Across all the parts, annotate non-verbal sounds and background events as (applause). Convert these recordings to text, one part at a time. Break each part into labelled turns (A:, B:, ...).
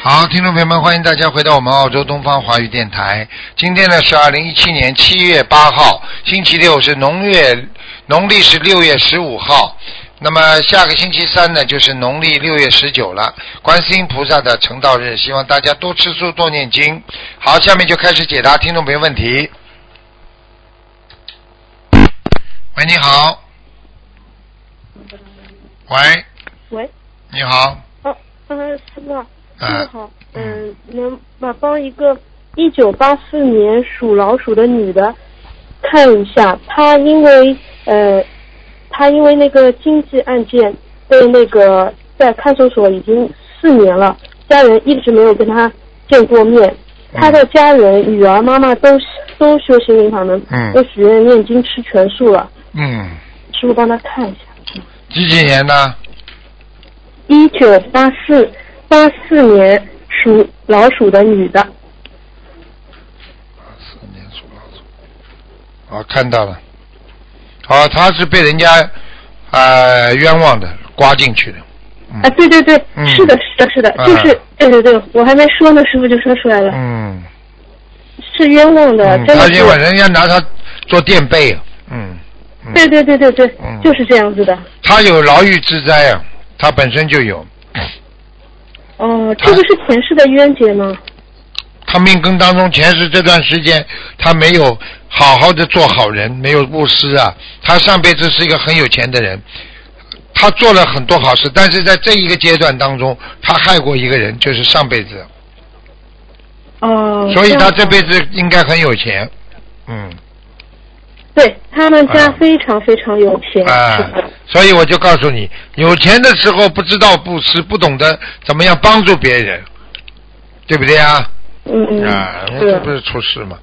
A: 好，听众朋友们，欢迎大家回到我们澳洲东方华语电台。今天呢是二零一七年七月八号，星期六，是农月农历是六月十五号。那么下个星期三呢，就是农历六月十九了，观世音菩萨的成道日，希望大家多吃素，多念经。好，下面就开始解答听众朋友问题。喂，你好。喂，
B: 喂，
A: 你好，
B: 哦，呃，师傅好，师
A: 嗯
B: 傅好，嗯、能把帮一个一九八四年属老鼠的女的看一下，她因为呃，她因为那个经济案件被那个在看守所已经四年了，家人一直没有跟她见过面，
A: 嗯
B: 她呃的家人、女儿、妈妈都都修心灵法门，
A: 嗯
B: 都许愿念经吃全素了，
A: 嗯，
B: 师傅帮她看一下。
A: 几几年呢？
B: 一九八四八四年属老鼠的女的，
A: 四年属老鼠。啊，看到了。啊，他是被人家呃冤枉的，刮进去的。
B: 啊，对对对，
A: 嗯
B: 是的，是的，是的，
A: 啊
B: 就是，对对对，我还没说呢，师傅就说出来了，
A: 嗯。
B: 是冤枉的，
A: 嗯
B: 呃真
A: 他
B: 的
A: 因为
B: 是，
A: 人家拿他做垫背啊。嗯。嗯
B: 对对对对对
A: 嗯，
B: 就是这样子的。
A: 他有牢狱之灾啊，他本身就有，
B: 哦，
A: 他
B: 这个是前世的冤结吗？
A: 他命根当中前世这段时间他没有好好的做好人，没有布施啊。他上辈子是一个很有钱的人，他做了很多好事，但是在这一个阶段当中，他害过一个人，就是上辈子，
B: 哦，
A: 所以
B: 这样
A: 他
B: 子
A: 这辈子应该很有钱。嗯
B: 对他们家
A: 啊
B: 非常非常有钱，
A: 啊
B: 是的，
A: 所以我就告诉你，有钱的时候不知道布施，不懂得怎么样帮助别人，对不对啊？
B: 嗯嗯，
A: 啊，那
B: 是
A: 这不是出事嘛？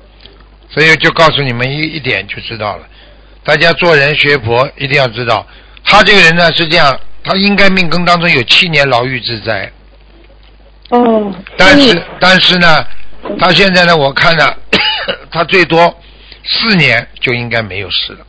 A: 所以就告诉你们一一点就知道了。大家做人学佛一定要知道，他这个人呢是这样，他应该命根当中有七年牢狱之灾，
B: 哦，
A: 但
B: 所
A: 是
B: 以
A: 但是呢，他现在呢，我看呢， (coughs) 他最多四年就应该没有事了。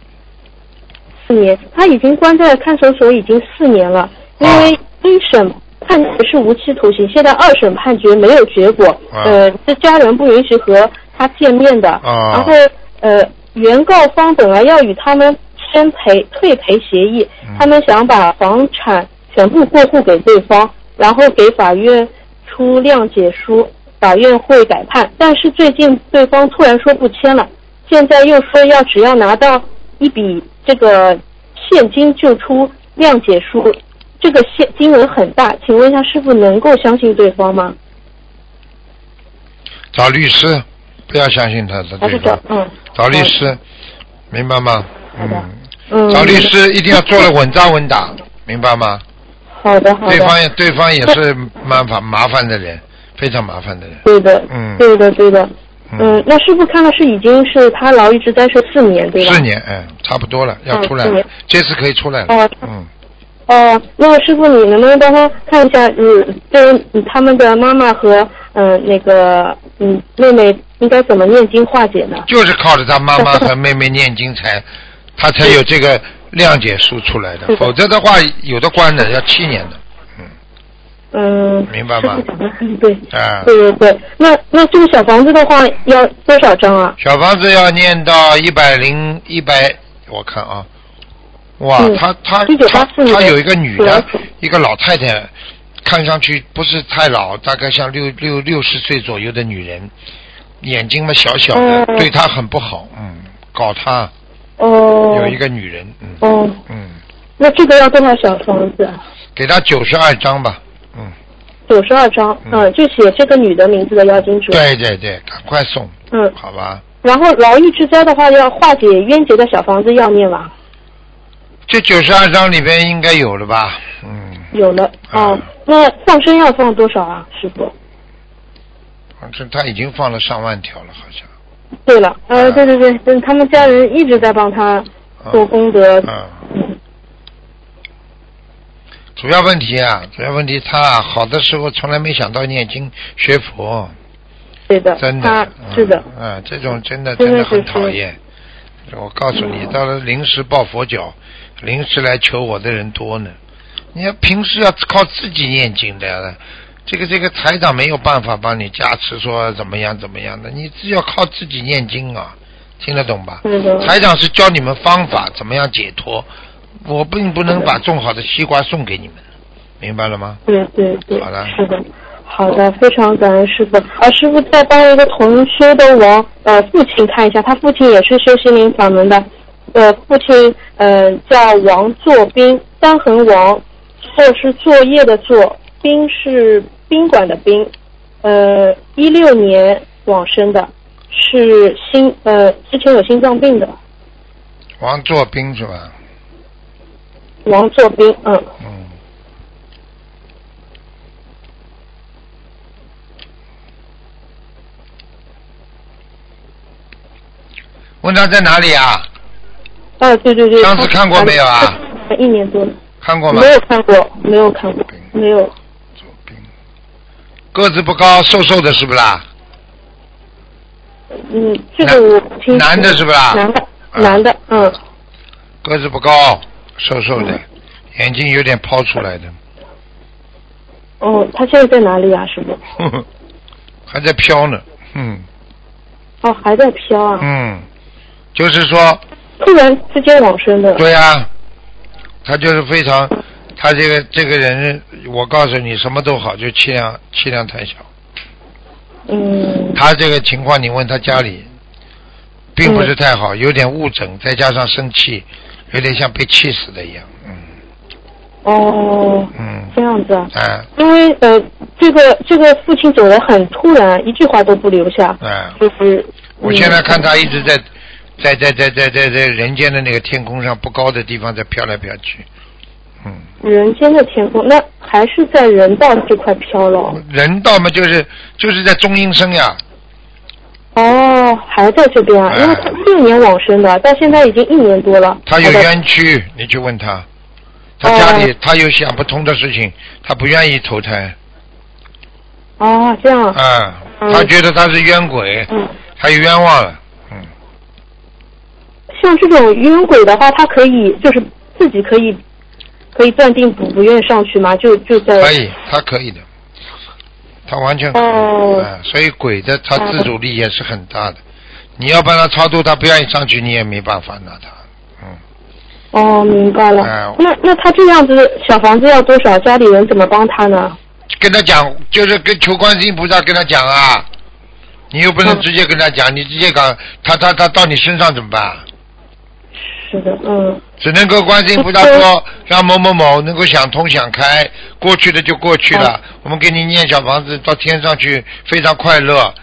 B: 四年，他已经关在看守所已经四年了，因为
A: 啊
B: 一审判决是无期徒刑，现在二审判决没有结果，
A: 啊
B: 呃，这家人不允许和他见面的，
A: 啊
B: 然后呃，原告方本来要与他们签赔退赔协议
A: 嗯，
B: 他们想把房产全部过户给对方，然后给法院出谅解书，法院会改判，但是最近对方突然说不签了。现在又说要只要拿到一笔这个现金就出谅解书，这个现金额很大，请问一下师傅能够相信对方吗？
A: 找律师，不要相信他的这
B: 还是找
A: 个，
B: 嗯
A: 找律师，明白吗？
B: 好的
A: 嗯，
B: 嗯
A: 找律师一定要做了稳扎稳打，明白吗？
B: 好的好
A: 对
B: 的，
A: 方也对方也是麻烦麻烦的
B: (laughs)
A: 人，非常麻烦的人。
B: 对的
A: 嗯
B: 对的对的，
A: 嗯
B: 嗯，，那师傅看了是已经是他牢狱之灾是四年对吧
A: 四？年，嗯，差不多了，要
B: 嗯
A: 出来
B: 四
A: 了
B: 年，
A: 这次可以出来了
B: 哦。
A: 嗯，
B: 哦，那师傅你能不能帮他看一下，嗯，对嗯他们的妈妈和嗯、那个嗯妹妹应该怎么念经化解呢？
A: 就是靠着他妈妈和妹妹念经
B: (laughs)
A: 才，他才有这个谅解书出来的，
B: 是的
A: 否则的话，有的关的要七年的。
B: 嗯，
A: 明白吗
B: 师傅讲得嗯，对。
A: 啊，
B: 对对对，那那这个小房子的话要多少张啊？
A: 小房子要念到一百零一百，我看啊，哇，
B: 嗯
A: 他他他
B: 1984年
A: 他有一个女的
B: 的，
A: 一个老太太，看上去不是太老，大概像六六六十岁左右的女人，眼睛嘛小小的，
B: 嗯
A: 对她很不好，嗯，搞她
B: 哦，
A: 有一个女人，嗯
B: 哦，
A: 嗯，
B: 那这个要多少小房子啊？
A: 给她九十二张吧，嗯，
B: 九十二张，
A: 嗯
B: 嗯，就写这个女的名字的要经者。，
A: 对对对，赶快送，
B: 嗯，
A: 好吧？
B: 然后牢狱之灾的话，要化解冤结的小房子要念吧？
A: 这九十二张里边应该有了吧？嗯，
B: 有了，哦
A: 嗯，
B: 那放生要放多少啊，师傅？
A: 反正她已经放了上万条了，好像。
B: 对了，呃，
A: 嗯
B: 对对对，嗯，他们家人一直在帮他
A: 啊
B: 做功德，
A: 嗯，
B: 嗯，
A: 主要问题啊，主要问题他啊，好的时候从来没想到念经学佛，
B: 对的，
A: 真
B: 他
A: 的，嗯
B: 是的，
A: 嗯，这种真的
B: 真
A: 真
B: 的
A: 的很
B: 是嗯
A: 讨厌。我告诉你，到了临时抱佛脚，临时来求我的人多呢。你要平时要靠自己念经的，这个这个台长没有办法帮你加持，说怎么样怎么样的，你只要靠自己念经啊，听得懂吧？
B: 嗯的，
A: 台长是教你们方法，怎么样解脱。我并不能把种好的西瓜送给你们，明白了吗？
B: 对对对
A: 好了，
B: 是的，好的，非常感恩师傅。啊，师傅再帮一个同修的我呃父亲看一下，他父亲也是修心灵法门的，呃，父亲呃叫王作斌，三横王，作是作业的作，宾是宾馆的宾，呃，一六年往生的，是心呃之前有心脏病的
A: 王作斌是吧？
B: 王作斌，嗯。
A: 嗯，问他在哪里啊？
B: 啊，对对对。
A: 上次看过没有啊？
B: 一年多了，
A: 看过吗
B: 没？有看过，没有看过，没有。
A: 作斌，个子不高，瘦瘦的，是不啦？
B: 嗯，这个我不清楚。
A: 男的是不啦？
B: 男的，
A: 啊
B: 男的，嗯，
A: 个子不高，瘦瘦的，眼睛有点抛出来的， (laughs)
B: 哦，他现在在哪里啊，师傅？
A: 呵呵还在飘呢。嗯
B: 哦，还在飘啊，
A: 嗯，就是说，
B: 突然之间往生的。
A: 对呀、他就是非常，他这个这个人，我告诉你，什么都好，就气量气量太小。
B: 嗯，
A: 他这个情况，你问他家里，并不是太好，有点误诊，再加上生气，有点像被气死的一样。嗯
B: 哦，
A: 嗯，
B: 这样子啊，
A: 啊
B: 因为呃，这个这个父亲走的很突然，啊一句话都不留下，
A: 啊！
B: 就是。
A: 我现在看他一直在在在在在在在人间的那个天空上不高的地方在飘来飘去。嗯，
B: 嗯人间的天空，那还是在人道这块飘了。
A: 嗯人道嘛，就是就是在中阴身呀。
B: 哦，还在这边啊，
A: 哎
B: 因为他六年往生的，到现在已经一年多了。
A: 他有
B: 好的
A: 冤屈，你去问他。他家里
B: 哦
A: 他有想不通的事情，他不愿意投胎
B: 哦，这样，
A: 啊，
B: 嗯
A: 他觉得他是冤鬼，
B: 嗯，
A: 他有冤枉了，嗯，
B: 像这种冤鬼的话，他可以就是自己可以可以断定不不愿上去吗？就就在
A: 可以，他可以的，他完全可以，
B: 哦
A: 啊，所以鬼的他自主力也是很大的，你要帮他超度，他不愿意上去，你也没办法拿他，嗯，
B: 哦，明白了。
A: 哎
B: 那那他这样子小房子要多少？家里人怎么帮他呢？
A: 跟他讲，就是跟求观世音菩萨跟他讲啊，你又不能
B: 嗯
A: 直接跟他讲，你直接讲，他他他到你身上怎么办？
B: 是的，嗯，
A: 只能够观世音菩萨说，让某某某能够想通想开，过去的就过去了
B: 好。
A: 我们给你念小房子，到天上去非常快乐。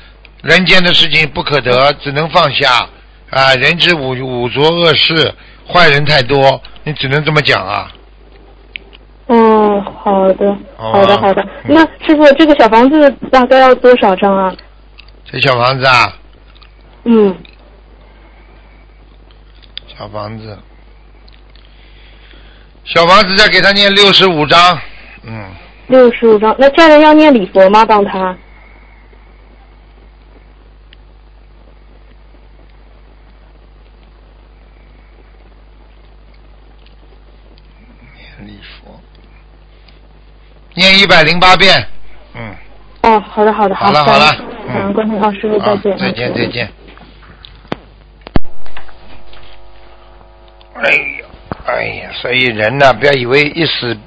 A: 人间的事情不可得，只能放下啊！人之五五浊恶世，坏人太多，你只能这么讲啊。
B: 哦，好的，
A: 好
B: 好的，
A: 吧
B: 好的。
A: 嗯
B: 那师傅，这个小房子大概要多少张啊？
A: 这小房子啊，
B: 嗯，
A: 小房子，小房子再给他念六十五章，嗯，
B: 六十五张。那家人要念礼佛吗？帮他？
A: 念礼佛，念一百零八遍，嗯。
B: 哦，好的，好的，
A: 好了好了嗯
B: 嗯，关心老师傅再
A: 啊，
B: 见，嗯
A: 再
C: 嗯
A: 见再。见。哎呀，哎呀，所以人呢，不要以为一死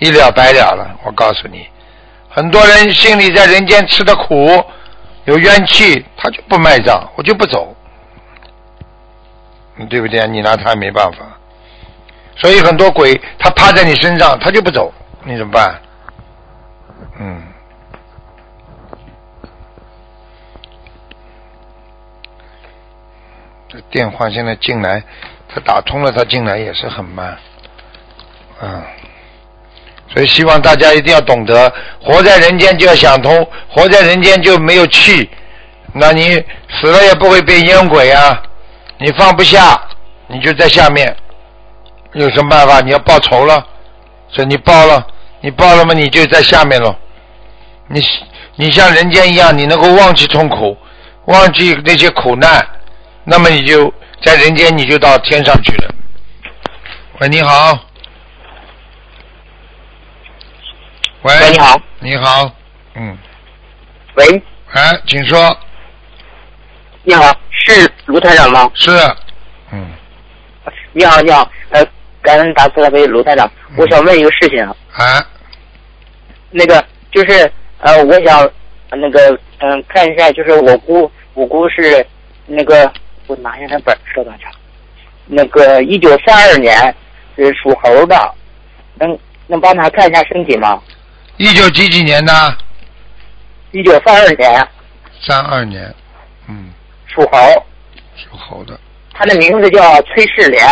A: 一了百了了。我告诉你，很多人心里在人间吃的苦，有冤气，他就不卖账，我就不走，嗯对不对啊？你拿他没办法。所以很多鬼他趴在你身上，他就不走，你怎么办？嗯。这电话现在进来，他打通了，他进来也是很慢，嗯，所以希望大家一定要懂得，活在人间就要想通，活在人间就没有气，那你死了也不会变冤鬼啊，你放不下，你就在下面，有什么办法？你要报仇了，所以你报了，你报了嘛，你就在下面了，你你像人间一样，你能够忘记痛苦，忘记那些苦难。那么你就在人间，你就到天上去了。喂，你好。喂，
D: 喂，你好，
A: 你好，嗯，
D: 喂，
A: 哎，请说，
D: 你好，是卢台长吗？
A: 是，嗯，
D: 你好，你好，呃，感恩达斯拉贝卢台长，
A: 嗯
D: 我想问一个事情啊，
A: 哎，
D: 那个就是呃，我想呃那个嗯、看一下，就是我姑我姑是那个我拿下那本儿，稍等一下，那个一九三二年是属猴的，能能帮她看一下身体吗？
A: 一九几几年的？
D: 一九三二年
A: 三二年，嗯，
D: 属猴，
A: 属猴的，
D: 她的名字叫崔世莲，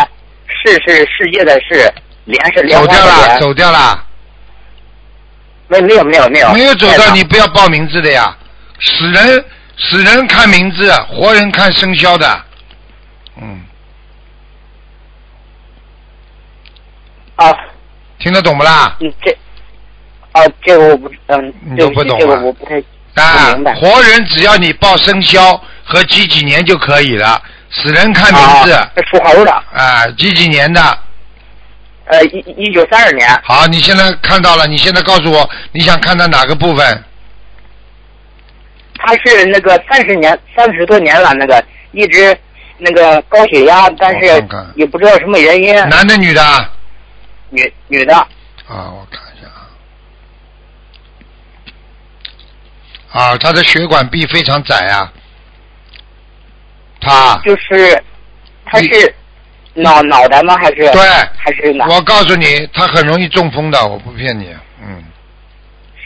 D: 世是世界的世，莲是莲
A: 走
D: 花
A: 掉
D: 的
A: 了，
D: 莲。
A: 走掉了，
D: 没没有没有没有
A: 没有走
D: 哎太
A: 掉，
D: 长
A: 你不要报名字的呀，死人死人看名字，活人看生肖的，嗯，
D: 啊，
A: 听得懂不啦？
D: 嗯这啊这个我不嗯，
A: 你
D: 对
A: 都
D: 不
A: 不
D: 起
A: 懂
D: 这个
A: 啊
D: 我不太
A: 啊
D: 我嗯明白，
A: 活人只要你报生肖和几几年就可以了，死人看名
D: 啊
A: 字，
D: 属猴的，
A: 啊，几几年的。
D: 呃一一九三二年
A: 好，你现在看到了，你现在告诉我你想看他哪个部分？
D: 他是那个三十年三十多年了，那个一直那个高血压，但
A: 我
D: 是
A: 看看
D: 也不知道什么原因。
A: 男的女的？啊，
D: 女女的，
A: 我看一下啊。啊，他的血管壁非常窄啊。他
D: 就是他
A: 你
D: 是脑脑袋吗？还是
A: 对
D: 还是哪？
A: 我告诉你，他很容易中风的，我不骗你。嗯，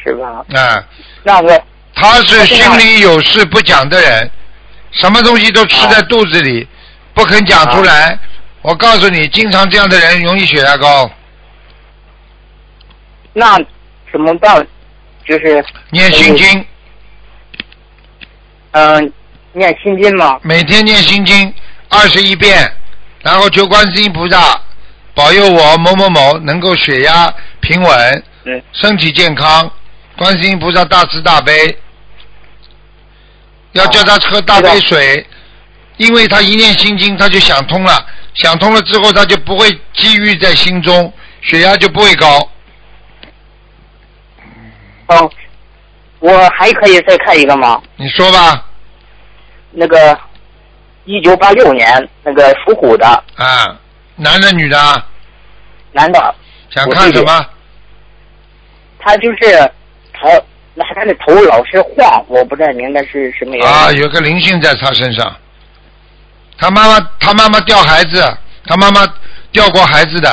D: 是吧？
A: 啊，
D: 那个
A: 他是心里有事不讲的人，什么东西都吃在肚子里，不肯讲出
D: 啊
A: 来。我告诉你，经常这样的人容易血压高。
D: 那怎么办？就是
A: 念心经，
D: 嗯、念心经吗？
A: 每天念心经二十一遍，然后求观世音菩萨保佑我某某某能够血压平稳，
D: 嗯，
A: 身体健康。观世音菩萨大慈大悲，要叫他喝大杯水，因为他一念心经，他就想通了，想通了之后，他就不会积郁在心中，血压就不会高。
D: 哦，我还可以再看一个吗？
A: 你说吧，
D: 那个一九八六年那个属虎的
A: 啊，男的女的啊，
D: 男的，
A: 想
D: 我
A: 看
D: 弟弟
A: 什么？
D: 他就是头，那他的头老是晃，我不太明白是什么原因。
A: 啊，有个灵性在他身上。他妈妈，他妈妈掉孩子，他妈妈掉过孩子的。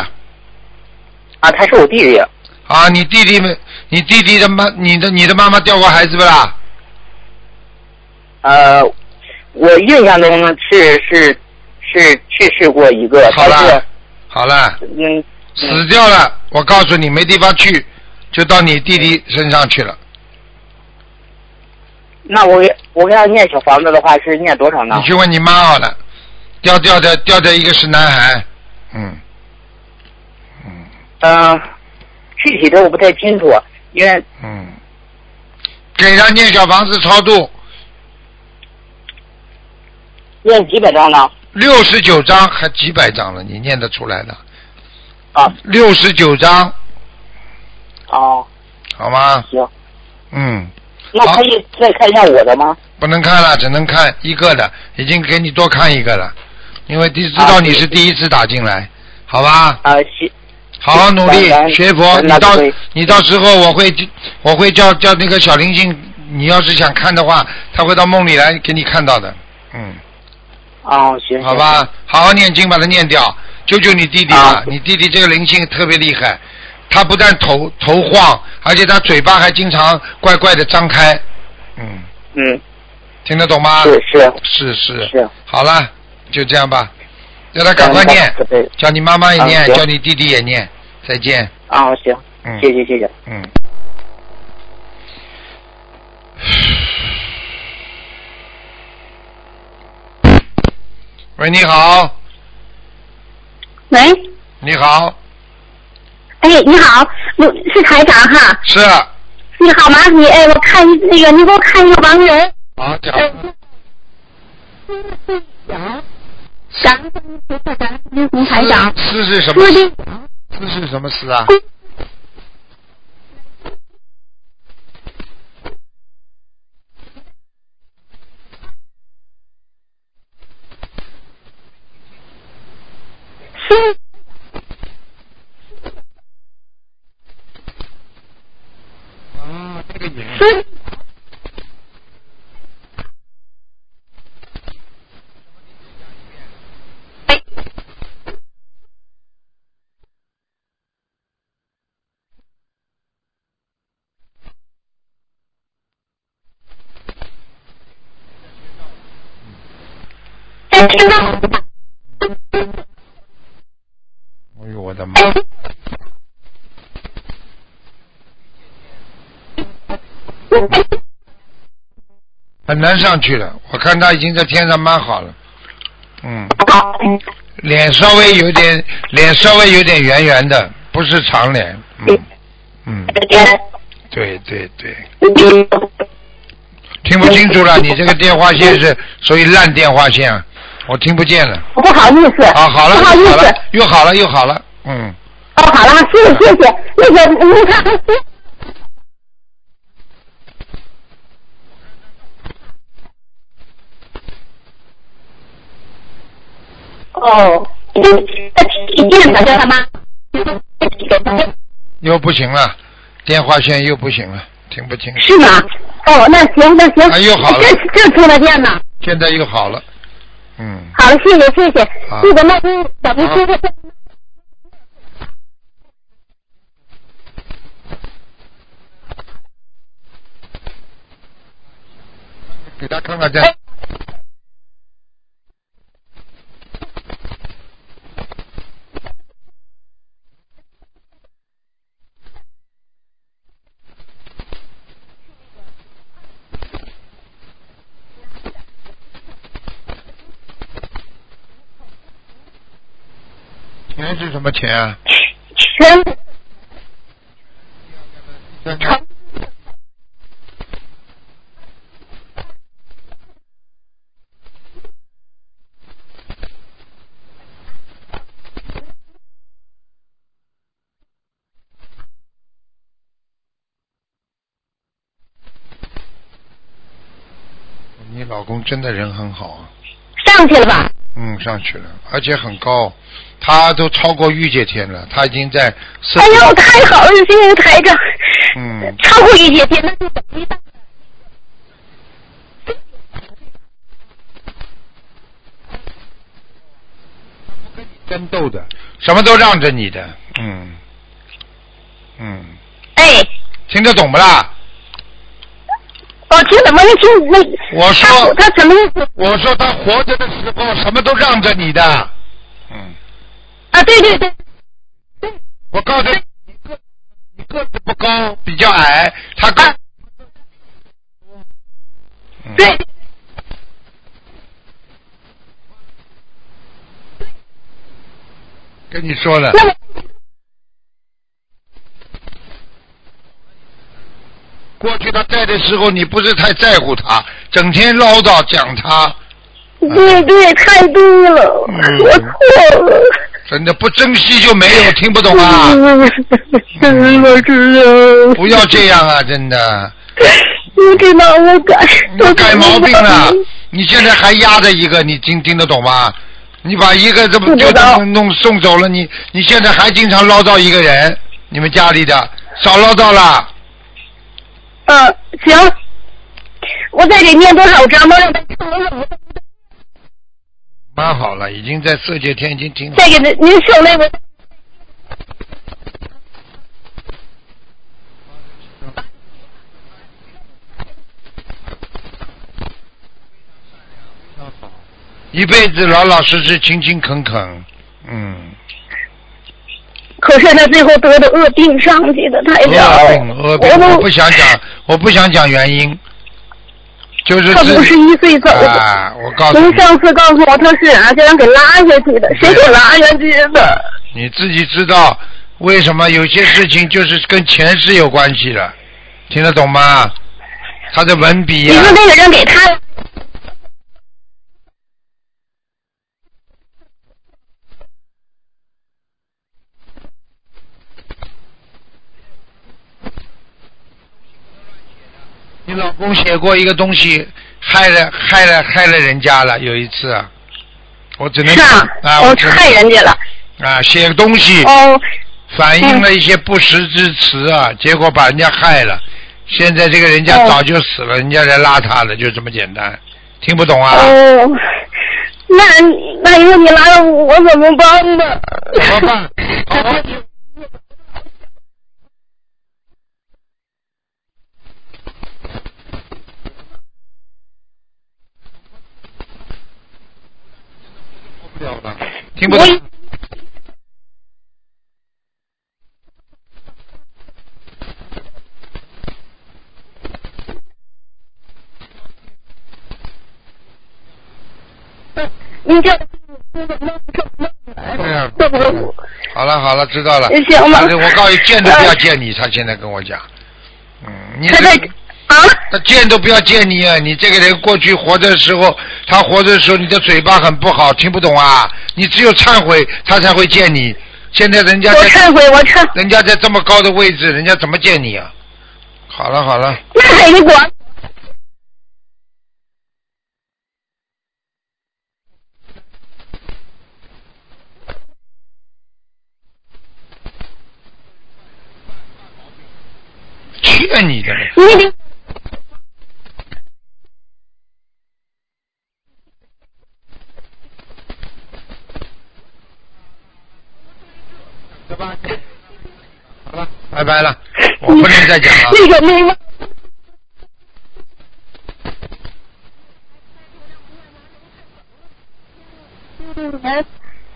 D: 啊，他是我弟弟，
A: 啊，你弟弟们，你弟弟的妈，你的你的妈妈掉过孩子不啦？
D: 呃，我印象中呢是是是去世过一个，
A: 好
D: 但
A: 了
D: 是，
A: 好了，
D: 嗯，
A: 死掉了。我告诉你，没地方去，就到你弟弟身上去了。
D: 那我给我给他念小房子的话是念多少呢
A: 你？去问你妈好了。掉掉的掉的一个是男孩，嗯，嗯
D: 嗯、具体的我不太清楚，因为
A: 嗯，给他念小房子超度
D: 念几百张呢？
A: 六十九章，还几百章了，你念得出来的？
D: 啊，
A: 六十九章，
D: 哦，
A: 好吗？
D: 行，
A: 嗯，
D: 那可以再看一下我的吗？
A: 不能看了，只能看一个的，已经给你多看一个了，因为第知道
D: 啊
A: 你是第一次打进来，好吧？
D: 啊，行，
A: 好好努力
D: 感恩
A: 学佛，
D: 感恩
A: 你
D: 大
A: 到
D: 慈悲
A: 你到时候我会我会叫叫那个小灵性，你要是想看的话，他会到梦里来给你看到的，嗯，
D: 哦，行，
A: 好
D: 行，
A: 吧？好好念经，把它念掉，救救你弟弟吧
D: 啊，
A: 你弟弟这个灵性特别厉害，他不但头头晃，而且他嘴巴还经常怪怪的张开，嗯，
D: 嗯，
A: 听得懂吗？
D: 是是
A: 是是
D: 是啊
A: 好了，就这样吧，叫他赶
D: 嗯
A: 快念，
D: 对，
A: 叫你妈妈也念
D: 啊，行
A: 叫你弟弟也念，再见，
D: 啊，行，
A: 嗯
D: 谢谢谢谢。
A: 嗯。喂，你好，
C: 喂，
A: 你好，
C: 哎，你好，我是台长哈，
A: 是，
C: 你好，麻烦你，哎，我看一那个，你给我看一个亡人，
A: 好讲，
C: 咱咱红台长，
A: 思是什么
C: 说
A: 思？
C: 的
A: 思是什么思啊？啊，这个也
E: 孙在听到
A: 哎呦我的妈！很难上去了，我看他已经在天上蛮好了，嗯，脸稍微有点，脸稍微有点圆圆的，不是长脸，嗯嗯，对对对，听不清楚了，你这个电话线是属于烂电话线啊，我听不见了。
E: 不好意思，
A: 啊，好了，
E: 不好意
A: 好
E: 思
A: 了，，又好了，又好了，嗯，
E: 哦，好了，谢谢谢谢，那个您看，哦，体检好像他妈，
A: 又不行了，电话线又不行了，听不清，
E: 是吗？哦，那行那行，
A: 哎又好了
E: 这这听得见呢。
A: 现在又好了，嗯，
E: 好了，谢谢谢谢
A: 好，
E: 那个那个小明先生。
A: 给他看看这，钱是什么钱啊？
E: 全
A: 看看你老公真的人很好啊，
E: 上去了吧？
A: 嗯，上去了，而且很高，他都超过御界天了，他已经在四
E: 哎呦，太好了，谢谢台长，
A: 嗯，
E: 超过一姐姐那就等于大。
A: 争斗的，什么都让着你的，嗯，嗯，
E: 哎，
A: 听得懂不啦？
E: 我哦听怎么一听那
A: 我说
E: 他他怎么意思
A: 我说他活着的时候什么都让着你的，嗯，
E: 啊？对对对，
A: 我告诉你，你个你个子不高，比较矮，他高，嗯
E: 对，
A: 跟你说了，
E: 那么
A: 过去他在的时候，你不是太在乎他，整天唠叨讲他，
E: 对对，太对了，
A: 嗯
E: 我错了。
A: 真的不珍惜就没有，听不懂啊？
E: 知道嗯知道，
A: 不要这样啊，真的。
E: 我知道我改，
A: 你
E: 我
A: 改毛病了，你现在还压着一个，你听听得懂吗？你把一个这么
E: 不
A: 就
E: 知道
A: 弄弄送走了，你你现在还经常唠叨一个人，你们家里的少唠叨啦，
E: 嗯，行，我再给念多少章？我让他看我怎么
A: 蛮好了，已经在色界天已经挺好。
E: 再给他您受那个。
A: 一辈子老老实实、勤勤恳恳，嗯，
E: 可是他最后得的恶病上去的，太长
A: 恶病恶
E: 了。
A: 病，
E: 哎我
A: 我
E: 都
A: 不想讲，我不想讲原因，就是
E: 他
A: 自
E: 不是一岁走的。
A: 啊，我告诉你
E: 您，上次告诉我他是俺家人给拉下去的，谁给拉下去的？
A: 你自己知道为什么有些事情就是跟前世有关系了，听得懂吗？他的文笔
E: 你
A: 呀、
E: 说那个人给他，
A: 你老公写过一个东西，害了害了害了人家了，有一次啊，我只能
E: 是啊，
A: 啊，
E: 我
A: 我只能嗯
E: 害人家了。
A: 啊，写东西
C: 哦，
A: 反映了一些不实之词啊，结果把人家害了。现在这个人家
C: 哦
A: 早就死了，人家来拉他了，就这么简单。听不懂啊？
C: 哦，那那因为你拉了我，我怎么帮呢？
A: 怎么
E: (laughs)
A: 办？好好听不了了听不懂
C: 我。你这
A: 对啊
C: 这不
A: 好了好了，知道了。
C: 行吗
A: 啊反正我告诉你，见都不
E: 呃
A: 要见你，他现在跟我讲。嗯，你
C: 他
A: 这
C: 在啊？
A: 他见都不要见你啊！你这个人过去活的时候，他活的时候你的嘴巴很不好，听不懂啊！你只有忏悔，他才会见你。现在人家
C: 我
A: 在
C: 忏悔，我忏，
A: 人家在这么高的位置，人家怎么见你啊？好了好了，
C: 那还得管。 (laughs)
A: 气得你的，
C: 你得
A: 对吧？好了，拜拜了，我不能再讲了。
E: 嗯
C: 那个那个，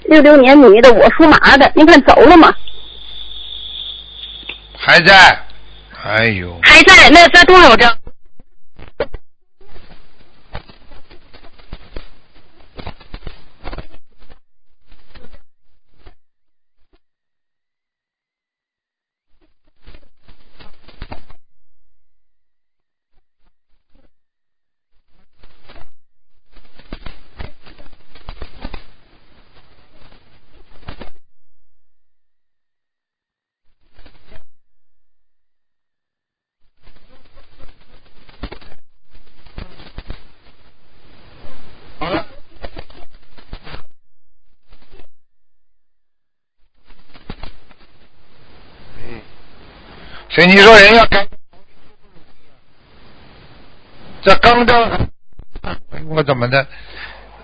C: 六六年女的，我属马的，您看走了吗？
A: 还在，哎呦，
C: 还在，那在多少张？
A: 好了，嗯，所以你说人要改，这刚刚我怎么的，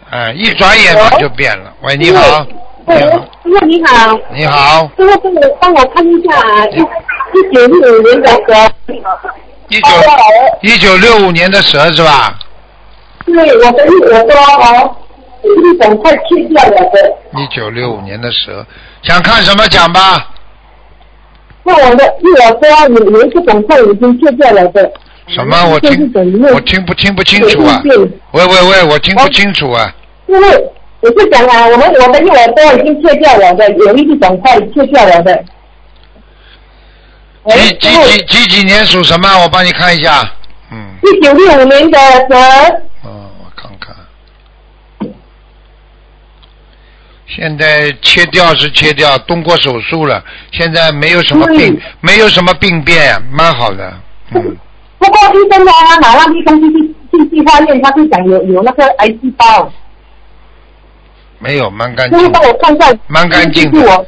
A: 哎、一转眼嘛就变了。喂，你好，
B: 嗯
A: 你好，
B: 师傅你好，
A: 你好，
B: 师傅帮我帮我看一下一一九六五年的蛇，
A: 一九
B: 哦
A: 一九六五年的蛇是吧？
B: 对我的我说哦，一整块切掉了的，
A: 一九六五年的蛇，想看什么讲吧？
B: 那我的一我说有有一个整块已经切掉了的，
A: 什么？我
B: 就是
A: 听
B: 整面
A: 我听不听不清楚啊
B: 有一？片
A: 喂喂喂，我听不清楚啊！
B: 因为我是讲啊，我们我的一耳朵已经切掉了的，有一整块切掉了的。
A: 几几几几几年属什么？我帮你看一下。嗯，
B: 一九六五年的蛇，
A: 哦，我看看。现在切掉是切掉，动过手术了，现在没有什么病
B: 嗯，
A: 没有什么病变，蛮好的。嗯，
B: 不过医生呢，马上医生去去去去化验，他是讲有有那个癌细胞，
A: 没有，蛮干
B: 就
A: 净
B: 是
A: 的
B: 帮，我看一下，
A: 嗯蛮干净的
B: 是我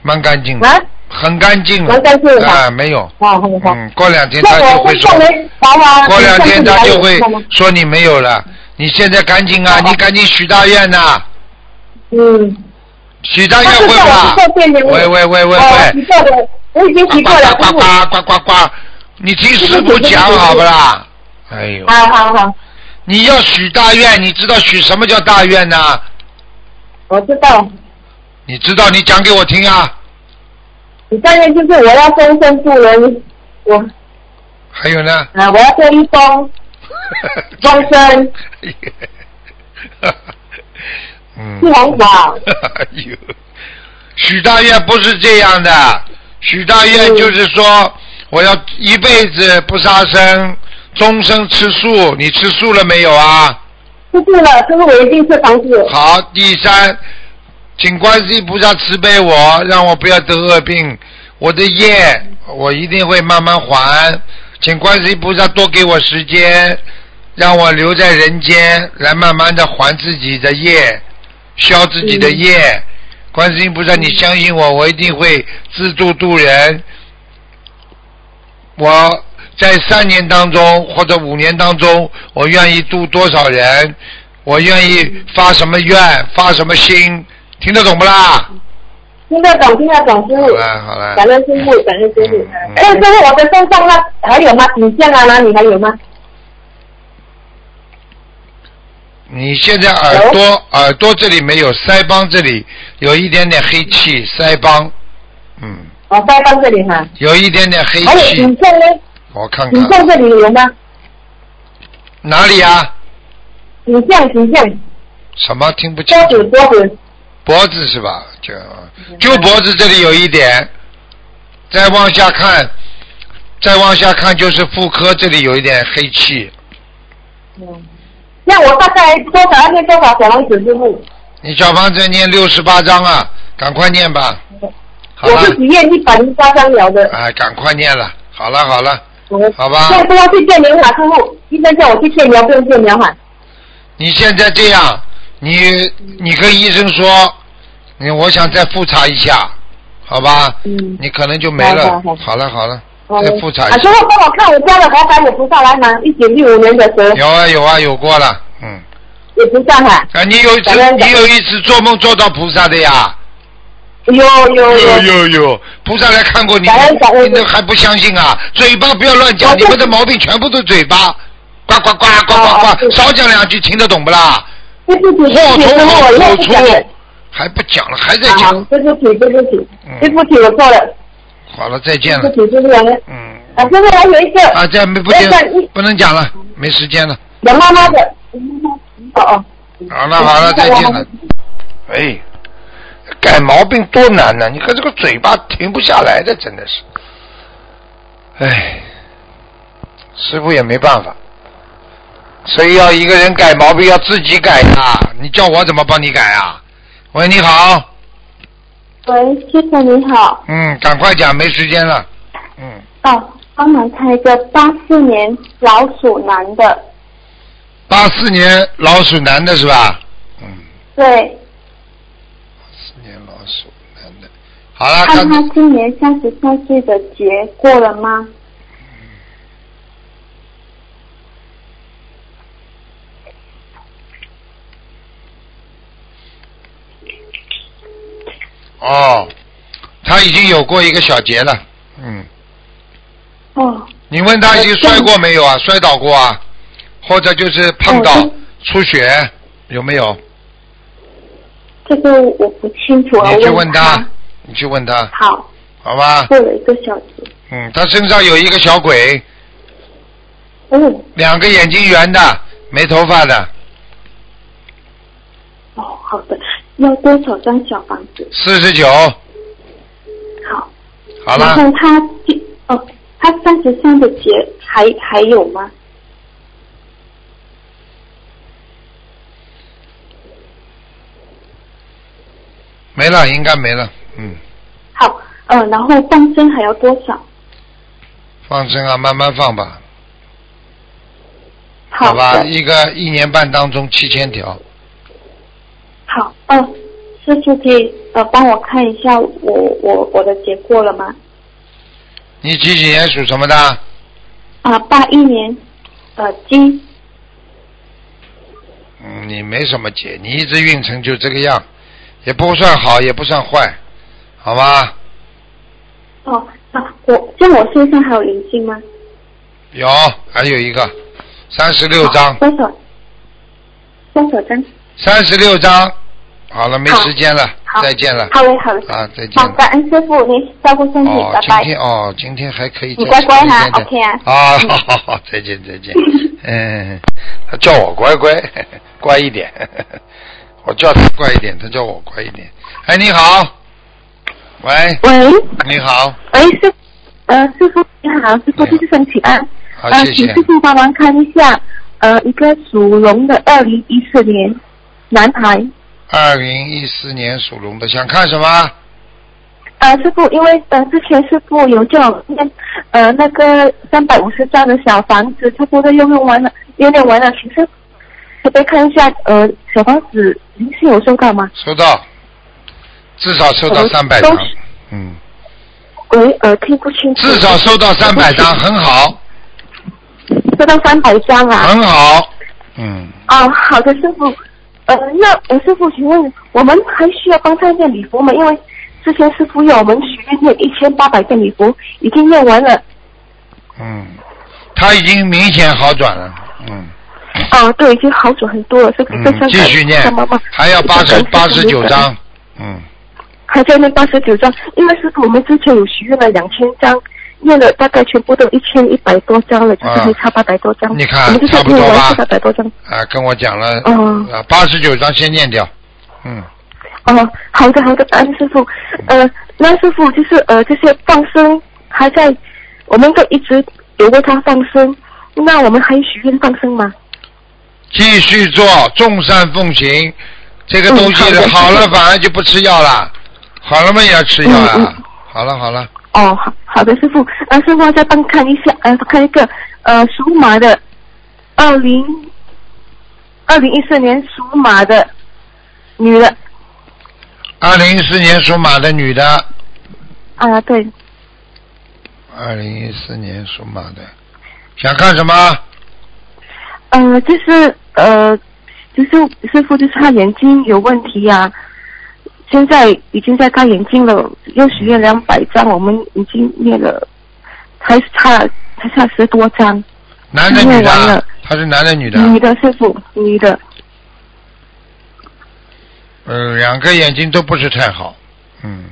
A: 蛮干净的，
B: 啊，
A: 很干净了
B: 蛮干净的哦
A: 啊，没有。
B: 好好好，
A: 嗯，过两天他
B: 那
A: 就
B: 我
A: 会
B: 身
A: 说
B: 上。来啊麻烦，
A: 过两天他就会
B: 你上次来有看吗
A: 说你没有了，你现在赶紧啊，
B: 哦哦
A: 你赶紧许大愿呐、
B: 嗯，
A: 许大愿
B: 他是
A: 会
B: 叫
A: 吧
B: 我去？做电哦流，
A: 喂喂喂喂
B: 我
A: 喂
B: 提，过的，我已经提过了，嗯
A: 呱呱呱呱呱呱呱，你听师傅讲好不啦？哎呦，
B: 好好好，
A: 你要许大愿，你知道许什么叫大愿呐、
B: 我知道。
A: 你知道？你讲给我听啊！
B: 你大概就是我要终身助人，我
A: 还有呢？
B: 啊，我要做义工，终身
A: (laughs) 嗯
B: 是。很少。
A: (laughs) 哎呦，许大愿不是这样的，许大愿就是说，我要一辈子不杀生，终生吃素。你吃素了没有啊？
B: 不是了，就是我一定是房子。
A: 好，第三，请观世音菩萨慈悲我，让我不要得恶病。我的业，我一定会慢慢还。请观世音菩萨多给我时间，让我留在人间，来慢慢的还自己的业，消自己的业。观世音菩萨，你相信我，我一定会自度度人。我在三年当中或者五年当中，我愿意度多少人，我愿意发什么愿，发什么心，听得懂不啦？
F: 听得懂，听得懂，师
A: 好
F: 傅。
A: 了好了
F: 感，
G: 嗯
F: 恩师傅，感恩师傅
A: 嗯嗯。
F: 但
B: 哎
F: 是师傅，我的身上那还有吗？颈项啊，哪里还有吗？
A: 你现在耳朵耳朵这里没有，腮帮这里有一点点黑气，腮帮，嗯，
F: 哦，腮帮这里哈，
A: 有一点点黑
F: 还有
G: 哎
A: 气，
F: 颈项呢？
A: 我看
F: 颈
A: 看
F: 项这里有吗？
A: 哪里啊？
F: 颈项，颈项，
A: 什么听不清
F: 脖子，
A: 楚？
F: 脖子，
A: 脖子是吧？就就脖子这里有一点，再往下看，再往下看就是妇科这里有一点黑气。
F: 那我大概多少要念多少小王子师傅？
A: 你小房子念六十八章啊，赶快念吧。好
F: 我
A: 了，
F: 是只念一百零八张了的。
A: 哎，赶快念了。好了好了，
F: 我
A: 好吧
F: 现在不要去见您哈，师傅，医生叫我去见疗，不用见疗哈。
A: 你现在这样，你你跟医生说，你我想再复查一下，好吧？
F: 嗯
A: 你可能就没了。
F: 好好
A: 好了好了，
F: 好
A: 再
F: 嘞
A: 哎复查
F: 啊，
A: 一
F: 师
A: 下。
F: 傅帮我看我家的佛牌有菩萨来吗？一九六五年的蛇
A: 有啊有啊有过了，嗯。
F: 有菩萨哈，
A: 啊，你有一
F: 感
A: 次
F: 恩
A: 你有一次做梦做到菩萨的呀？
F: 有有
A: 有
F: 有。
A: 有有，菩萨来看过你
F: 感恩感，恩
A: 你都还不相信啊？嘴巴不要乱讲，
F: 我
A: 你
F: 就
A: 们的毛病全部都嘴巴，呱呱呱呱呱
F: 哦哦
A: 呱，
F: 是
A: 少讲两句听得懂不啦？
F: 对不起，对
A: 祸
F: 不起，
A: 从
F: 师傅，我
A: 口
F: 又
A: 口
F: 不
A: 出嗯
F: 讲了。
A: 还不讲了，还在
F: 啊，
A: 讲。
F: 对不起，对不起，
A: 嗯
F: 对不起，我错了，
A: 好了，再
F: 对
A: 见
F: 不
A: 了，
F: 起，对不起。
A: 嗯，
F: 啊，师傅，还有一个
A: 啊，这没不
F: 那
A: 见
F: 个一
A: 不能讲了，没时间了。
F: 我妈妈的，哦哦，
A: 好了好了，再见了。哎，改毛病多难呢、你看这个嘴巴停不下来的，真的是。哎，师傅也没办法，所以要一个人改毛病要自己改啊！你叫我怎么帮你改啊？喂，你好，
G: 喂，师傅你好，
A: 嗯，赶快讲，没时间了，嗯，
G: 哦，帮忙看一个八四年老鼠男的，
A: 八四年老鼠男的是吧？嗯，
G: 对，
A: 四年老鼠男的，好了，
G: 看
A: 看
G: 他今年三十三岁的节过了吗？
A: 哦，他已经有过一个小结了，嗯。
G: 哦，
A: 你问他已经摔过没有
G: 呃
A: 啊？摔倒过啊？或者就是碰到
G: 哦
A: 出血有没有？
G: 这个我不清楚，啊
A: 你去
G: 我
A: 问
G: 他
A: 他。，你去问他，
G: 好，
A: 好吧？
G: 过了一个小时。
A: 嗯，他身上有一个小鬼，
G: 嗯，
A: 两个眼睛圆的，没头发的，
G: 哦，好的，要多少张小房子？
A: 四十九，
G: 好，
A: 好
G: 然
A: 了，
G: 后他今哦，他三十三的节还还有吗？
A: 没了，应该没了，嗯，
G: 好，呃，然后放生还要多少？
A: 放生啊，慢慢放吧，
G: 好的
A: 吧？一个一年半当中七千条，
G: 好，嗯、师傅可以呃帮我看一下我我我的结过了吗？
A: 你几几年属什么的？
G: 啊、八一年，呃鸡，
A: 嗯，你没什么结，你一直运程就这个样，也不算好，也不算坏，好吧？
G: 哦啊，我像我身上还有灵性吗？
A: 有，还有一个，三十六张
G: 好，多少？多少张？
A: 三十六张，好了，没
G: 好
A: 时间了，
G: 好，
A: 再见了，
G: 好嘞，好嘞，
A: 啊，再见
G: 好，
A: 了。
G: 感恩师傅，您照顾身体，
A: 哦，
G: 拜
A: 今
G: 拜。
A: 天哦，今天还可以再。
G: 你乖乖哈
A: 再见
G: OK 啊
A: 啊， (laughs) 好好好，再见再
G: (laughs)
A: 见。嗯，他叫我乖乖， (laughs) 乖一点。 (laughs) 我叫他乖一点，他叫我乖一点。哎，你好，喂，
C: 喂
A: 你好，
C: 喂，哎师呃师傅你好，师傅
A: 你好
C: 弟子身体安。
A: 好，
C: 呃，
A: 谢
C: 请
A: 谢
C: 师。傅帮忙看一下，呃，一个属龙的二零一四年男孩。
A: 二零一四年属龙的，想看什么？
C: 呃，师傅，因为呃之前师傅有叫我念呃那个三百五十张的小房子，差不多又用完了，又念完了，请师可不可以看一下呃小房子您是有收到吗？
A: 收到。至少收到
C: 呃
A: 三百
C: 都
A: 张
C: 是，
A: 嗯，
C: 喂，呃，听不清楚。
A: 至少收到三百张，很好，
C: 收到三百张啊。
A: 很好，嗯，
C: 啊，好的，师傅。呃，那呃，师傅，请问我们还需要帮他念礼佛吗？因为之前师傅要我们许愿念一千八百遍礼佛，已经念完了。
A: 嗯，他已经明显好转了，嗯
C: 啊，对，已经好转很多了。这个非
A: 嗯，
C: 常感
A: 继续念
C: 谢妈妈，
A: 还要八十
C: 非常
A: 八
C: 感谢
A: 十
C: 师傅
A: 九张，嗯，
C: 还在念八十九章，因为师傅我们之前有许愿了两千章，念了大概全部都一千一百多章了，就是
A: 啊
C: 还差八百多章。
A: 你看
C: 我们就是
A: 差不多
C: 念完
A: 吧
C: 四百多章。
A: 啊，跟我讲了，
C: 哦
A: 啊，八十九张先念掉，嗯，
C: 哦，好的好的，感恩师傅。呃，那师傅就是呃这些放生还在，我们都一直有为他放生，那我们还许愿放生吗？
A: 继续做众善奉行，这个东西
C: 嗯
A: 好
C: 好的
A: 了
C: 谢谢
A: 反而就不吃药了，好了嘛也要吃药
C: 嗯
A: 啊
C: 嗯，
A: 好了好了，
C: 哦，好好的师傅，呃师傅再帮看一下，呃看一个呃属马的，二零二零一四年属马的女的
A: 二零一四年属马的女的，
C: 啊对，
A: 二零一四年属马的，想看什么？
C: 呃就是呃就是师傅就是她眼睛有问题呀、现在已经在看眼睛了，又许愿两百张，我们已经念了，还差还差十多张，
A: 男的
C: 因为
A: 女的
C: 完
A: 啊
C: 了？嗯
A: 他是男的女的啊？
C: 女的师傅女的
A: 嗯，两个眼睛都不是太好，嗯，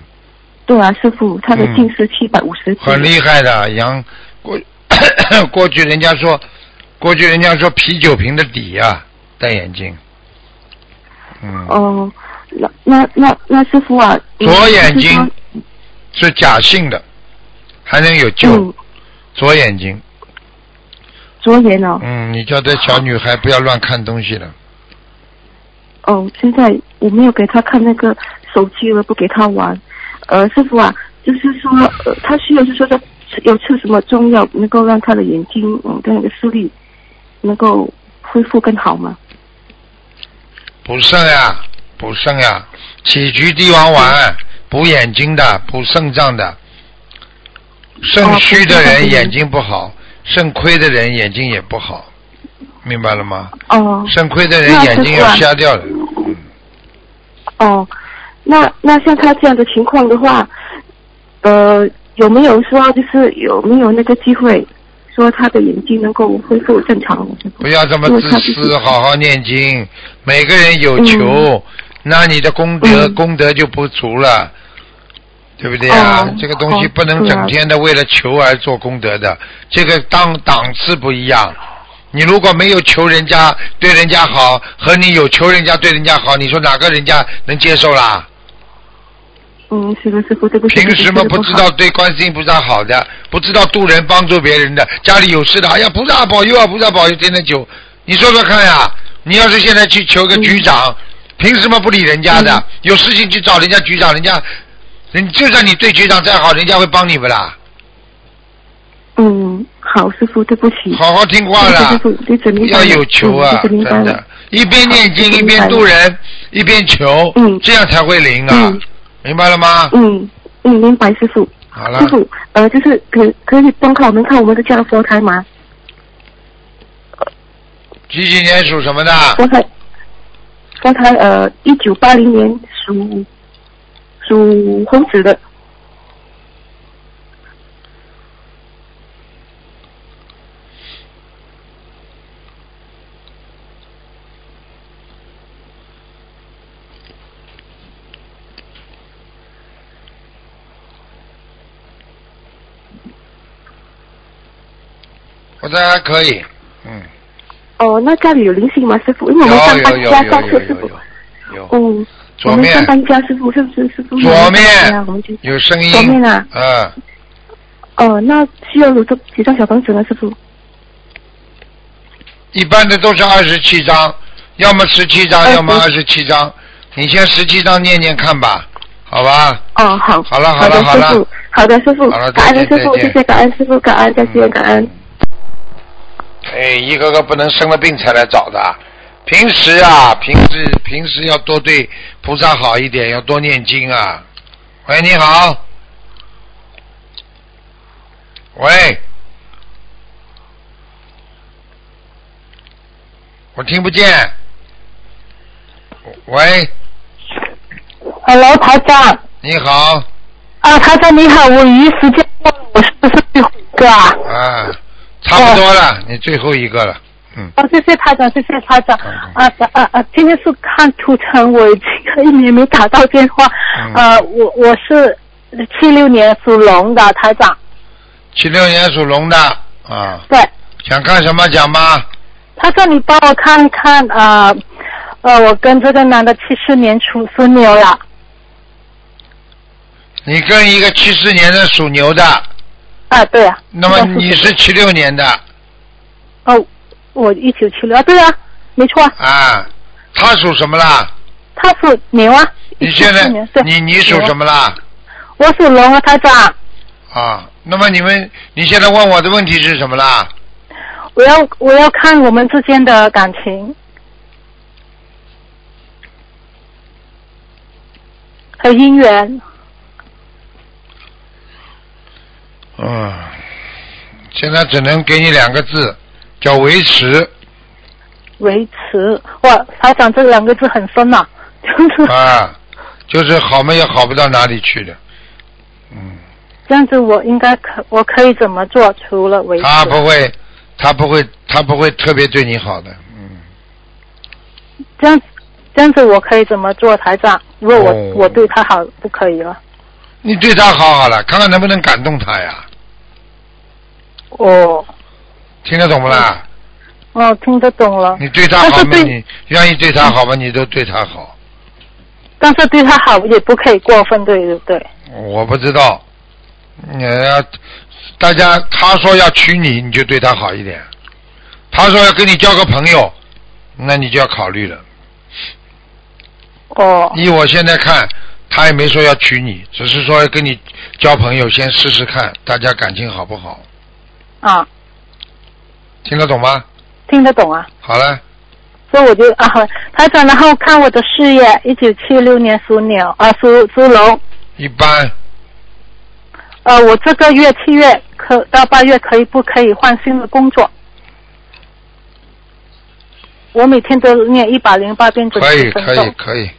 C: 对啊师傅她的
A: 嗯
C: 近视七百五十，
A: 很厉害的。杨过 (coughs) 过去人家说，过去人家说啤酒瓶的底呀、戴眼镜，嗯，
C: 哦，那那那那师傅啊，嗯
A: 左眼
C: 就是 (laughs)
A: 睛
C: 说
A: 是假性的，还能有救。
C: 嗯，
A: 左眼睛，
C: 左眼哦，
A: 嗯，你叫这小女孩不要乱看东西了，
C: 哦，现在我没有给他看那个手机了，不给他玩。呃，师傅啊，就是说，呃，他需要是说他吃有吃什么中药能够让他的眼睛，嗯，跟那个视力能够恢复更好吗？
A: 补肾呀，补肾呀，杞菊地黄丸，
C: 嗯
A: 补眼睛的，补肾脏的。肾
C: 哦
A: 虚的
C: 补肾脏
A: 人
C: 的
A: 眼睛不好，肾亏的人眼睛也不好，明白了吗？
C: 哦
A: 肾亏的人
C: 那
A: 眼
C: 师
A: 睛
C: 傅
A: 要
C: 啊
A: 瞎掉了。
C: 哦，那那像他这样的情况的话，呃，有没有说就是有没有那个机会，说他的眼睛能够恢复正常？
A: 不要这么自
C: 因为
A: 私，
C: 他
A: 好好念经。每个人有求，那你的功德、
C: 嗯
A: 功德就不足了，对不对啊？
C: 哦
A: 这个东西
C: 哦
A: 不能
C: 对啊
A: 整天的为了求而做功德的，这个当档次不一样。你如果没有求人家对人家好，和你有求人家对人家好，你说哪个人家能接受啦？
C: 嗯，是的，师傅，对不起，
A: 凭什么
C: 对
A: 不
C: 起
A: 知？
C: 对
A: 道
C: 起
A: 对观世音菩萨好的，不知道度人帮助别人的？家里有事的，哎呀，菩萨保佑啊，菩萨保佑，天天求。你说说看呀、你要是现在去求个
C: 嗯
A: 局长，凭什么不理人家的？有事情去找人家局长，人家，人就算你对局长再好，人家会帮你不啦？
C: 嗯，好，师傅，对不起。
A: 好好听话啦
C: 师，傅，嗯对准明白
A: 要
C: 了
A: 有求啊，
C: 嗯、对准明白
A: 真
C: 了
A: 的。，一边念经
C: 好
A: 一边度人，一边求，
C: 嗯
A: 这样才会灵啊，
C: 嗯
A: 明白了吗？
C: 嗯嗯，明白，师傅。
A: 好了
C: 师，傅，呃，就是可可以帮看我们看我们的家的佛台吗？
A: 几几年属什么的？
C: 佛台，佛台，呃，一九八零年属属猴子的。
A: 我这还可以，嗯。
C: 哦，那家里有灵性吗，师傅？因为我们上
A: 有
C: 搬
A: 有有
C: 家，
A: 有
C: 上次
A: 有
C: 师傅
A: 有，有有，
C: 嗯，我
A: 左
C: 们上
A: 面
C: 搬家，师傅是不是师傅？
A: 左
C: 啊，我们就
A: 面有声音，
C: 左面啊
A: 嗯，
C: 哦，那需要有多几张小房子呢，师傅？
A: 一般的都是二十七章，要么十七章，
C: 嗯
A: 要么二十七章。你先十七章念念看吧，好吧？
C: 哦，好，
A: 好了好
C: 好
A: 了
C: 的，
A: 好
C: 师
A: 了
C: 傅，好的，师傅，
A: 好了
C: 感恩
A: 再见
C: 师傅，
A: 再见嗯
C: 谢谢感恩师傅，感恩再见，感恩。
A: 哎，一个个不能生了病才来找的，平时啊，平时平时要多对菩萨好一点，要多念经啊。喂，你好。喂，我听不见。喂，
E: Hello，台长。
A: 你好，
E: 啊，台长你好，我鱼时间过了，我是不是最后一个啊？
A: 啊，差不多了，你最后一个了，嗯，
E: 哦，谢谢台长，谢谢台长。
A: 嗯
E: 啊啊啊！今天是看图腾，我已经一年没打到电话。
A: 嗯
E: 呃，我我是七六年属龙的台长，
A: 七六年属龙的啊，
E: 对。
A: 想看什么讲吧，
E: 他说你帮我看看啊呃呃，我跟这个男的七四年属属牛了，
A: 你跟一个七四年的属牛的，
E: 啊对啊。
A: 那么你是七六年的
E: 哦，我一九七六啊，对啊，没错啊，
A: 啊，他属什么啦？
E: 他属牛啊。
A: 你现在
E: 1974年对
A: 你你属什么啦？
E: 我属龙啊，台长。
A: 啊，那么你们你现在问我的问题是什么啦？
E: 我要我要看我们之间的感情，还有姻缘。
A: 嗯，现在只能给你两个字，叫维持
E: 维持哇，台长这两个字很深呐、 (laughs) 就是 (laughs)
A: 啊，就是好嘛也好不到哪里去的，嗯。
E: 这样子，我应该可我可以怎么做？除了维持，
A: 他啊不会，他不会，他不会特别对你好的，嗯，
E: 这样这样子我可以怎么做？台长，如果我、
A: 哦
E: 我对他好，不可以了。
A: 你对他好好了，看看能不能感动他呀，
E: 哦
A: 听得懂不啦？
E: 哦，听得懂了。
A: 你对他
E: 但
A: 好
E: 是
A: 吗？
E: 对
A: 你愿意对他好吗？你都对他好，
E: 但是对他好也不可以过分，对对对。
A: 我不知道，你要大家他说要娶你，你就对他好一点；他说要跟你交个朋友，那你就要考虑了。
E: 哦
A: 依我现在看，他也没说要娶你，只是说要跟你交朋友，先试试看大家感情好不好，
E: 啊，
A: 听得懂吗？
E: 听得懂啊。
A: 好了。
E: 所以我就啊， (laughs) 台长，然后看我的事业，一九七六年属牛，啊，属属龙，
A: 一般
E: 呃，我这个月七月可到八月可以不可以换新的工作？我每天都念一百零八遍准
A: 可
E: 提
A: 以，
E: 神
A: 可以，
E: 咒，
A: 可以。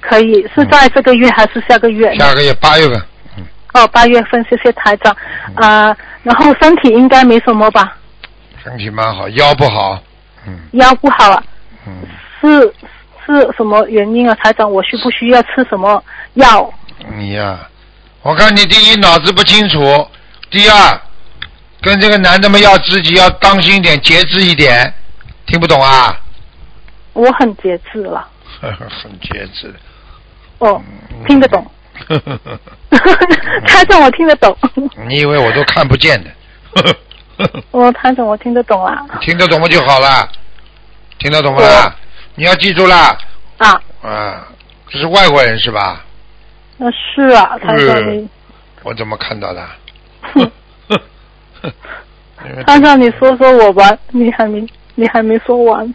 E: 可以是在这个月还是下个月呢？
A: 下个月八月份，嗯，
E: 哦，八月份，谢谢台长。呃，然后身体应该没什么吧？
A: 身体蛮好，腰不好，嗯
E: 腰不好啊，
A: 嗯，
E: 是是什么原因啊？台长，我需不需要吃什么药？ (laughs)
A: 你呀、我看你第一脑子不清楚，第二跟这个男的们要自己要当心一点，节制一点，听不懂啊？
E: 我很节制了。
A: 呵呵 (laughs) 很节制的，
E: 哦，听得懂。
A: 呵呵呵
E: 谭总我听得懂，
A: (laughs) 你以为我都看不见的？呵呵呵呵
E: 哦，谭总我听得懂啊
A: (laughs) 听得懂不就好了？听得懂不啦？你要记住啦，
E: 哦啊，
A: 啊，这是外国人是吧？
E: 那是啊，谭总你，
A: 我怎么看到
E: (laughs)
A: 的啊？
E: 哼
A: 因为
E: 谭总你说说我吧，你还没你还没说完，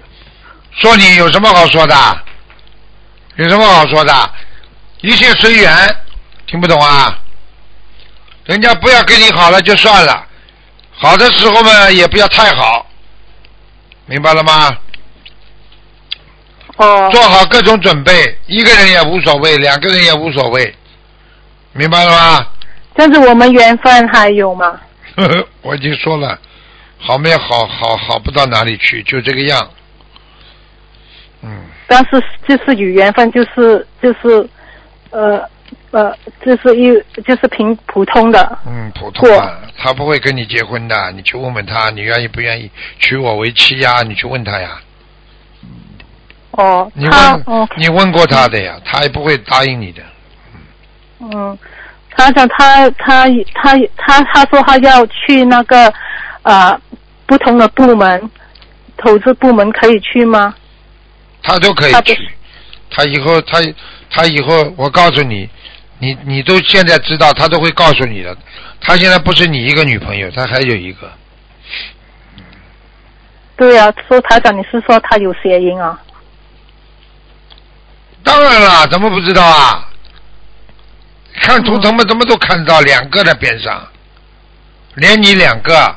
A: 说你有什么好说的？有什么好说的？一切随缘，听不懂啊？人家不要跟你好了就算了，好的时候嘛也不要太好，明白了吗？
E: 哦
A: 做好各种准备，一个人也无所谓，两个人也无所谓，明白了吗？
E: 这样子我们缘分还有吗？
A: 呵呵， (laughs) 我已经说了，好没有好好好不到哪里去，就这个样。嗯，
E: 但是就是有缘分，就是就是，呃呃，就是一就是平普通的，
A: 嗯，普通啊，他不会跟你结婚的，你去问问他，你愿意不愿意娶我为妻呀？你去问他呀，
E: 哦，
A: 你
E: 他
A: 问、
E: 哦
A: 你问过他的呀，他也不会答应你的。
E: 嗯，他讲他他他他他说他要去那个呃不同的部门，投资部门可以去吗？
A: 他都可以
E: 他不
A: 去，他以后他他以后，我告诉你，你你都现在知道，他都会告诉你的。他现在不是你一个女朋友，他还有一个，
E: 对呀、说台长，你是说他有谐音啊？
A: 当然了，怎么不知道啊？看图怎么怎么都看得到，两个在边上，连你两个，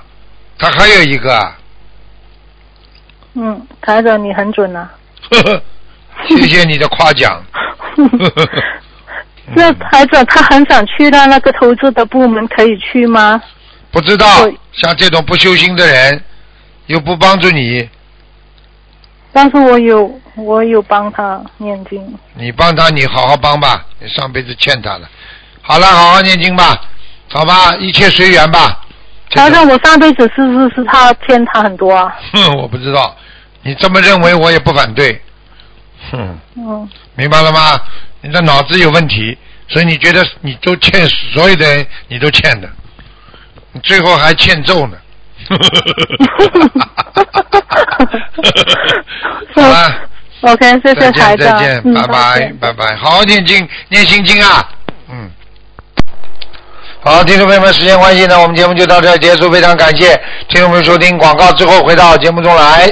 A: 他还有一个，
E: 嗯，台长你很准啊。
A: 呵呵，谢谢你的夸奖。呵呵呵
E: (laughs) 那台长他很想去到那个投资的部门，可以去吗？
A: 不知道，像这种不修心的人，又不帮助你，
E: 但是我有我有帮他念经。
A: 你帮他，你好好帮吧，你上辈子欠他了。好了，好好念经吧，好吧，一切随缘吧。
E: 台长，我上辈子是不是是他欠他很多啊？
A: 哼，我不知道，你这么认为我也不反对。哼，
E: 嗯，
A: 明白了吗？你的脑子有问题，所以你觉得你都欠所有的人，你都欠的，你最后还欠揍
E: (laughs)
A: 呢。好了，
E: OK，谢 (laughs) 谢
A: 再
E: 台
A: 见
E: 长
A: 再，见，
E: 嗯
A: 拜
E: 再
A: 拜
E: 见
A: 拜拜，好好念经，念心经啊，嗯。好，听众朋友们，时间关系呢，我们节目就到这儿结束，非常感谢听众朋友收听广告之后回到节目中来。